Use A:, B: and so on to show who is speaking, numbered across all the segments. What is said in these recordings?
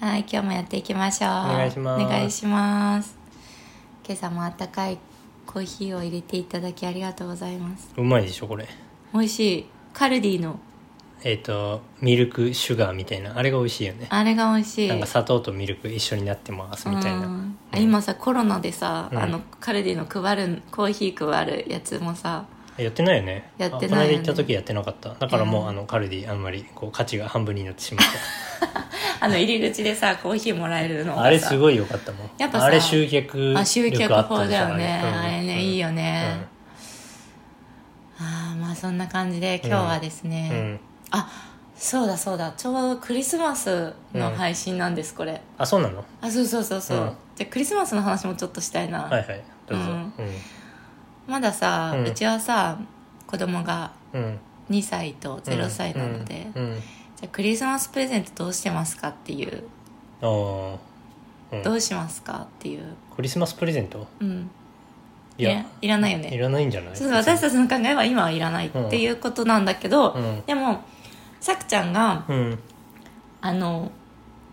A: はい、今日もやっていきましょう。お
B: 願いします
A: お願いします今朝もあったかいコーヒーを入れていただきありがとうございます。
B: うまいでしょこれ
A: 美味しい。カルディの。
B: えっ、とミルクシュガーみたいなあれが美味しいよね
A: あれが美味しい。
B: なんか砂糖とミルク一緒になってますみたいな、
A: うんあ今さ、コロナでさ、
B: うん
A: あの、カルディの配る、コーヒー配るやつもさ、
B: やってないよね
A: やってないよね
B: あこの間行った時やってなかっただからもう、
A: うん
B: あのカルディあんまりこう価値が半分になって しまっ
A: あの、入り口でさ、コーヒーもらえるのが
B: た
A: さ
B: あれすごい良かったもん
A: やっぱさ
B: あれ集客力あ
A: あ
B: った
A: 集客法だよね
B: うん
A: あれね、
B: うん
A: いいよね、ああまあそんな感じで今日はですね、
B: うん、うん
A: あそうだそうだちょうどクリスマスの配信なんですこれ
B: あそうなの
A: あそうそうそうそう、
B: うん
A: じゃあクリスマスの話もちょっとしたいな、
B: はいはいどうぞ
A: うんまださ、う
B: うん
A: ちはさ子供が
B: うん、うん
A: 2歳と0歳なので、
B: うんうん
A: じゃあクリスマスプレゼントどうしてますかっていう、
B: ああ、うん
A: どうしますかっていう
B: クリスマスプレゼント
A: うん
B: い
A: い
B: や
A: やいらないよね
B: いらないんじゃない
A: そうそう私たちの考えは今はいらないっていうことなんだけど、
B: うん
A: でもさくちゃんが
B: うん
A: あの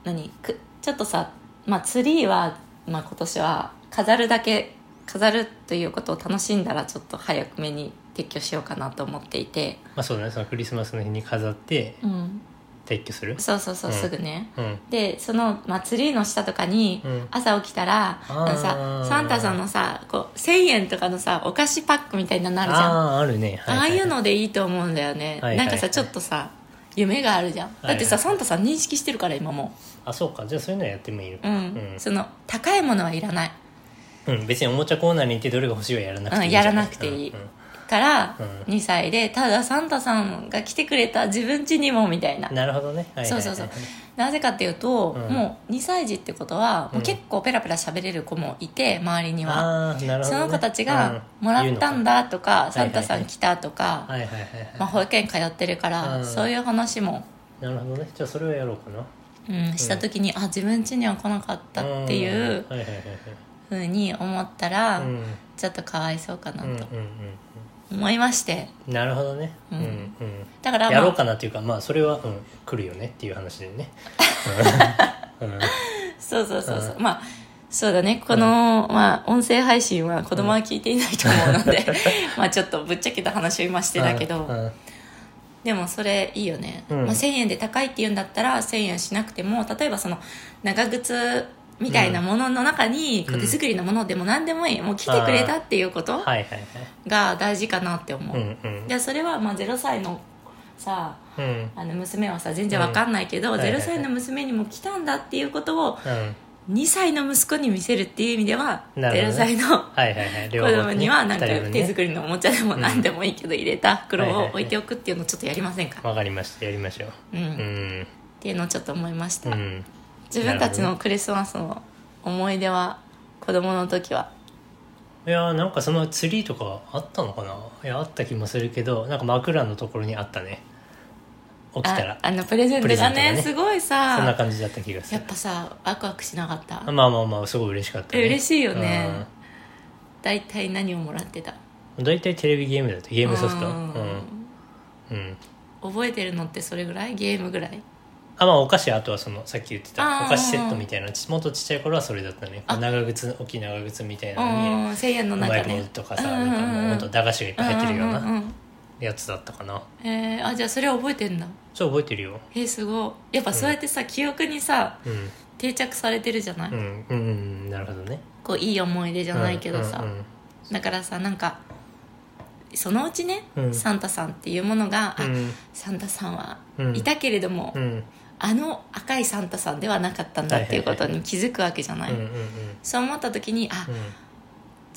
A: 何くちょっとさ、まあ、ツリーは、まあ、今年は飾るだけ飾るということを楽しんだらちょっと早くめに撤去しようかなと思っていて、
B: まあそうだねそのクリスマスの日に飾って
A: うん、
B: 撤去する
A: そうそうそう、
B: うん
A: すぐね
B: うん
A: でその、まあ、ツリーの下とかに
B: うん
A: 朝起きたら、
B: あー
A: あのさサンタさんのさこう1000円とかのさお菓子パックみたいなのあるじゃん
B: ああーあるね、は
A: ああ
B: は
A: いうのでいいと思うんだよね、
B: はいは
A: な
B: い
A: んかさちょっとさ夢があるじゃんだってさ、
B: はいはい
A: サンタさん認識してるから今も
B: あそうかじゃあそういうのはやってもいいの
A: う
B: か
A: ん、その高いものはいらない
B: うん、別におもちゃコーナーに行ってどれが欲しいはやらなくていい
A: うん
B: じゃ
A: やらなくていい
B: うんうん
A: から
B: う
A: 2歳でただサンタさんが来てくれた自分家にもみたいな
B: なるほどね、はいはい
A: そ
B: は
A: う
B: い、
A: そうそうなぜかっていうと、
B: うん
A: もう2歳児ってことはもう
B: うん
A: 結構ペラペラ喋れる子もいて周りには、
B: ああなるほど、
A: そ
B: ね、
A: の子たち
B: うん
A: が「もらったんだ」とか「サ
B: 言う
A: ン
B: のか
A: タさん来た」とか、
B: はいはいはいはい、
A: まあ、保育園通ってるから、
B: うん
A: そういう話も
B: なるほどねじゃあそれをやろうかな
A: うん、した時に、あ自分家には来なかったっていうん
B: はいはいはい
A: ふうに思ったら、
B: はいうん
A: ちょっとかわいそうかな
B: うんうん
A: と思いまして、
B: うんなるほどね
A: う
B: うんんうん
A: だから、まあ
B: やろうかなっていうかまあそれは、うん、来るよねっていう話でね、 うんうん
A: そうそうそうそう、まあそうだねこの、まあ、音声配信は子供は聞いていないと思うので、 まあちょっとぶっちゃけた話を今してたけど、
B: うん
A: でもそれいいよね、
B: うん
A: まあ、1000円で高いって言うんだったら1000円しなくても例えばその長靴みたいなものの中に、
B: うん
A: 手作りのものでも何でもいいもう来てくれたっていうこと
B: はいはい
A: が大事かなって思う、
B: はいうんうん
A: でそれはまあ0歳のさ
B: うん
A: あの娘はさ全然わかんないけど、
B: うんはいは
A: 0
B: いはい
A: 歳の娘にも来たんだっていうことを
B: うん
A: 2歳の息子に見せるっていう意味では、
B: な
A: 0
B: るほどね
A: 歳の
B: はいはいはい
A: 子
B: 両方ね
A: 供にはなんか
B: 二人分
A: 手
B: ね
A: 作りのおもちゃでも何でもいいけど入れた袋
B: はいはい
A: を
B: はい
A: 置いておくっていうのをちょっとやりませんか、
B: わかりましたやりましょう
A: うん
B: う
A: っ
B: ん
A: ていうのをちょっと思いました、
B: うん
A: 自分たちのクリスマスの思い出は子供の時はい
B: やーなんかそのツリーとかあったのかないやあった気もするけどなんか枕のところにあったね起きた
A: あ
B: ら
A: あのプレゼント
B: プレゼ
A: が
B: ントが
A: ね
B: ね
A: すごい
B: そんな
A: さ
B: 感じだった気がす
A: や
B: る
A: っぱさワクワクしなかった
B: まあまあまあすごい嬉しかった、ね、
A: え嬉しいよね大体何をもらってた
B: うん大体テレビゲームだとゲームソフト
A: う
B: うんん、うん、
A: 覚えてるのってそれぐらいゲームぐらい
B: あまあお菓子あとはそのさっき言って
A: あー
B: たお菓子セットみたいなちもっとちっちゃい頃はそれだったねこう長靴大きい長靴みたいなのに
A: うん1000円の
B: うま
A: 中
B: い棒
A: ね
B: とかさ、
A: うん
B: なんか
A: うんうん
B: もうほんと駄菓子がいっぱい入ってるよう
A: うんうん
B: なんやつだったかな
A: うんえーあじゃあそれ覚えてんだ
B: ちょ覚えてるよ
A: えー、すごいやっぱそうやってさ、記憶にさ
B: うん
A: 定着されてるじゃない、
B: うんうんうんなるほどね
A: こういい思い出じ
B: じ
A: ゃないけどさ、
B: うんうん
A: だからさなんかそのうちね、
B: うん
A: サンタさんっていうものが、
B: う
A: あ
B: ん
A: サンタさんは
B: うん
A: いたけれども、
B: うんうん
A: あの赤いサンタさんではなかったんだっていうことに気づくわけじゃない、
B: うんうん
A: そう思った時にあ、
B: うん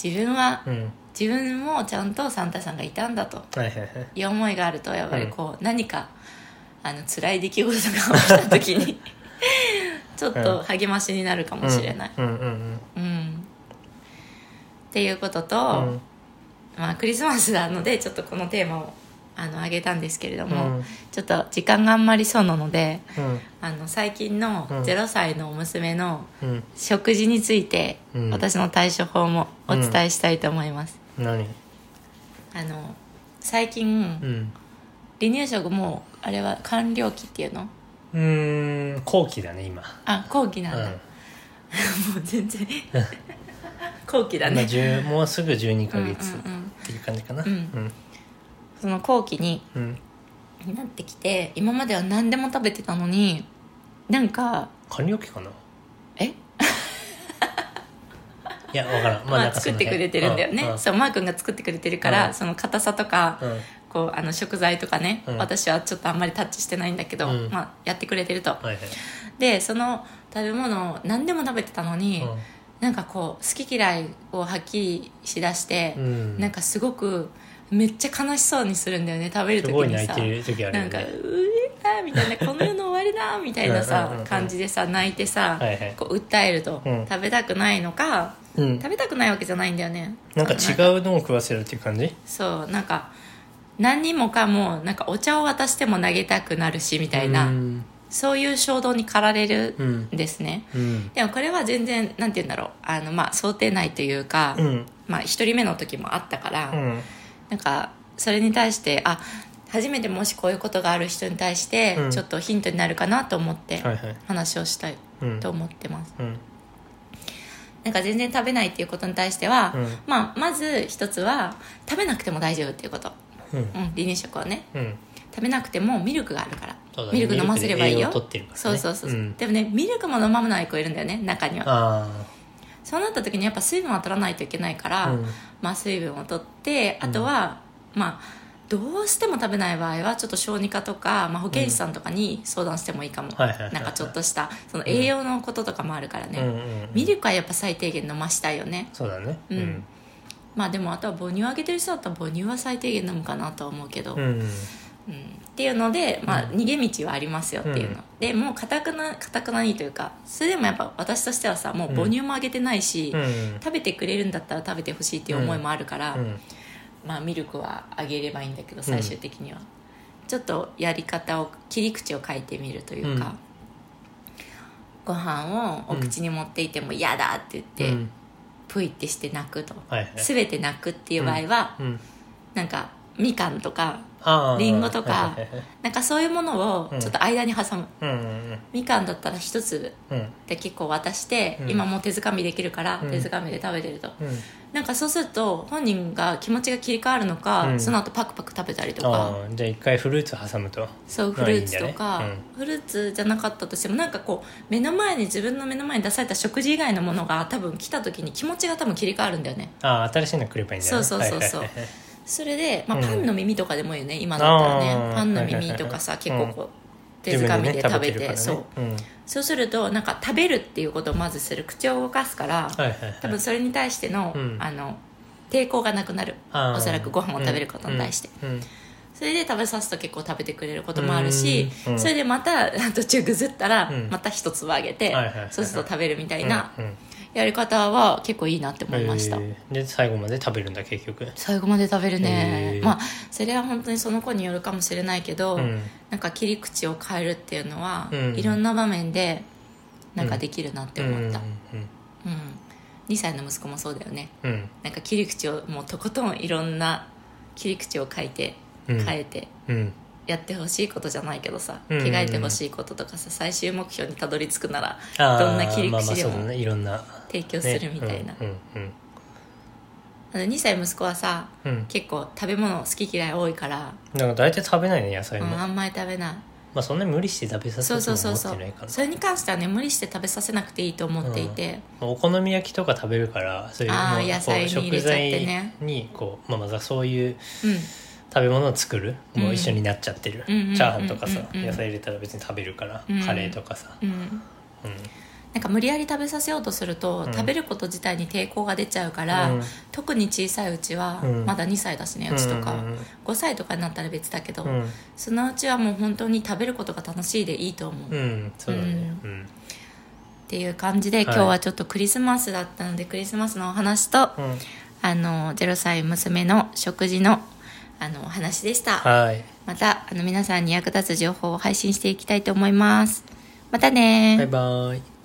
A: 自分は
B: うんうん
A: 自分もちゃんとサンタさんがいたんだと
B: はいはいはい
A: いう思いがあるとやっぱりこう、何かあの辛い出来事が起きた時 にちょっと励ましになるかもしれない、
B: うんうんうん
A: うんっていうことと、
B: うん
A: まあ、クリスマスなのでちょっとこのテーマをあの上げたんですけれど
B: う
A: も、
B: ん
A: ちょっと時間があんまりそうなので
B: うん
A: あの最近の
B: うん
A: 0歳の娘の
B: うん
A: 食事について、
B: うん
A: 私の対処法もお伝えしたいと思います、
B: 何
A: あの最近、
B: うん
A: 離乳食もうあれは完了期っていうの
B: うーん後期だね今
A: あ後期なんだ、もう全然 後期だ
B: うん、今
A: ね
B: 10もうすぐ12ヶ月
A: うんうんうん
B: っていう感じかな
A: う
B: うんん
A: その後期に
B: うん
A: なってきて今までは何でも食べてたのになんか
B: 管理期かな
A: え
B: いやわからん
A: まあ、
B: なんか
A: 作
B: その
A: ってくれてるんだよね、
B: ううん
A: そうマー君が作ってくれてるから、
B: うん
A: その硬さとか、
B: うん
A: こうあの食材とかね、
B: うん
A: 私はちょっとあんまりタッチしてないんだけど、
B: うん
A: まあ、やってくれてると、
B: はいはい
A: でその食べ物を何でも食べてたのに、
B: うん
A: なんかこう好き嫌いをはっきりしだして、
B: うん
A: なんかすごくめっちゃ悲しそうにするんだよね食べる
B: す
A: 時
B: ごい
A: に
B: 泣い
A: さ、
B: てる時ある
A: な
B: よ
A: んか「う
B: ね
A: えだ」みたいな「この世の終わりだ」みたいな
B: うんうんうん
A: さ
B: うん
A: 感じでさ泣いてさ、
B: はいはい
A: こう訴えると、
B: うん
A: 食べたくないのか
B: うん
A: 食べたくないわけじゃないんだよね
B: なんか
A: その
B: 違うのを食わせるっていう感じ
A: そうなんか何人もかもなんかお茶を渡しても投げたくなるしみたいな、
B: うん
A: そういう衝動に駆られる
B: うん
A: んですね、
B: うん
A: でもこれは全然なんて言うんだろうあの、まあ、想定内というか、
B: うん
A: まあ、1人目の時もあったから、
B: うん
A: なんかそれに対してあ初めてもしこういうことがある人に対して
B: うん
A: ちょっとヒントになるかなと思って
B: はいはい
A: 話をしたい
B: うん
A: と思ってます、
B: うん
A: なんか全然食べないっていうことに対しては、
B: うん
A: まあ、まず一つは食べなくても大丈夫っていうこと、
B: うん
A: うん、離乳食をね
B: うん
A: 食べなくてもミルクがあるから、
B: そうだね
A: ミルク飲ませればいい
B: ミ
A: よ
B: ルクで栄養を取ってるからね
A: そうそうそう、
B: うん
A: でもねミルクも飲まない子いるんだよね中には
B: あ
A: そうなった時にやっぱ水分は取らないといけないか
B: あ
A: ら、
B: うん
A: まあ、水分を取ってあとは、まあどうしても食べない場合はちょっと小児科とか、まあ、保健師さんとかに相談してもいいかも、
B: んはいはいはいはい
A: なんかちょっとしたその栄養のこととかもあるからね、
B: うんうん
A: ミルクはやっぱ最低限飲ましたいよね
B: そうだね
A: うんまあでもあとは母乳あげてる人だったら母乳は最低限飲むかなとは思うけど、
B: うん
A: うんっていうので、まあ、逃げ道はありますよっていうの、
B: うん
A: でもうかたくなかたくなにというかそれでもやっぱ私としてはさもう母乳もあげてないし、
B: うん
A: 食べてくれるんだったら食べてほしいっていう思いもあるから、
B: うん
A: まあ、ミルクはあげればいいんだけど最終的には、ちょっとやり方を切り口を変えてみるというか、ご飯をお口に持っていても嫌だって言
B: う
A: って、
B: ん
A: ぷいプイってして泣くと、
B: はいはい
A: 全て泣くっていう場合は、
B: うん
A: なんかみかんとか
B: ああ
A: リンゴとか
B: はいはいはい
A: なんかそういうものをちょっと間に挟む、
B: うんうん
A: みかんだったら一粒
B: うん
A: で結構渡して、
B: うん
A: 今もう手づかみできるから
B: うん
A: 手づかみで食べてると、
B: うんうん
A: なんかそうすると本人が気持ちが切り替わるのか、
B: うん
A: その後パクパク食べたりとか
B: ああじゃあ一回フルーツ挟むと
A: そう
B: まあ
A: フルーツとか
B: いいんだね
A: フルーツじゃなかったとしてもなんかこう目の前に自分の目の前に出された食事以外のものが多分来た時に気持ちが多分切り替わるんだよね
B: ああ新しいのくればいいんだよね
A: そうそうそうそう
B: はいはいはい
A: それで、まあ、
B: うん
A: パンの耳とかでもいいよね、今だったら
B: あ
A: ね
B: ー
A: パンの耳とかさ、
B: はいはいはい
A: 結構こう手づかみで食べて,、そ
B: 自分ね
A: う
B: るからね
A: そうするとなんか食べるっていうことをまずする口を動かすから、
B: うんはいはいはい
A: 多分それに対しての,、
B: うん
A: あの抵抗がなくなる
B: あー
A: おそらくご飯を食べることに対して、
B: うんうん
A: それで食べさすと結構食べてくれることもあるし、
B: うんうん
A: それでまた 途中ぐずったら、
B: うん
A: また一粒あげて、
B: はいはいはいはい
A: そうすると食べるみたいな
B: うんうん
A: やり方は結構いいなって思いました、
B: えーで最後まで食べるんだ結局
A: 最後まで食べるね、
B: へー
A: まあそれは本当にその子によるかもしれないけど、
B: うん
A: なんか切り口を変えるっていうのは、
B: うん
A: いろんな場面でなんかできるなって思った、
B: うん
A: うん2歳の息子もそうだよね
B: うんうん
A: なんか切り口をもうとことんいろんな切り口を変えて
B: うん
A: 変えて、
B: うん
A: やってほしいことじゃないけどさ、
B: うん
A: 着替えてほしいこととかさ最終目標にたどり着くなら
B: あー
A: どんな切り
B: まあまあ
A: 口で
B: そうだ
A: も
B: ねいろんな
A: 提供
B: ね
A: するみたいな、
B: うんうん
A: あの2歳息子はさ
B: うんうん
A: 結構食べ物好き嫌い多いから、
B: なんか大体食べないね野菜
A: う
B: も
A: ん
B: ま
A: あんまり食べない
B: あそんなに無理して食べさせ
A: そう
B: ると
A: そう
B: も
A: そうそ
B: 思っ
A: う
B: てないから
A: それに関してはね無理して食べさせなくていいと思っていて、
B: お好み焼きとか食べるからそういう
A: あー
B: もうこう
A: 野菜に入れちゃってね
B: 食材にこう、まあ、またそうい
A: う
B: う
A: ん
B: 食べ物を作る
A: うん
B: もう一緒になっちゃってる、
A: うんうんうん
B: チャーハンとかさ、
A: うんうん
B: 野菜入れたら別に食べるから、
A: うん
B: カレーとかさ、
A: うん、
B: うん
A: なんか無理やり食べさせようとすると、
B: うん
A: 食べること自体に抵抗が出ちゃうから、
B: うん
A: 特に小さいうちは、
B: うん
A: まだ2歳だしねうちとか、
B: うんうん
A: 5歳とかになったら別だけど、
B: うん
A: そのうちはもう本当に食べることが楽しいでいいと思う、
B: う
A: っ
B: んそうだねうん
A: ていう感じで今日はちょっとクリスマスだったので、クリスマスのお話と、
B: うん、
A: あの0歳娘の食事のあのお話でした。
B: はい
A: またあの皆さんに役立つ情報を配信していきたいと思います。またねー
B: バイバイ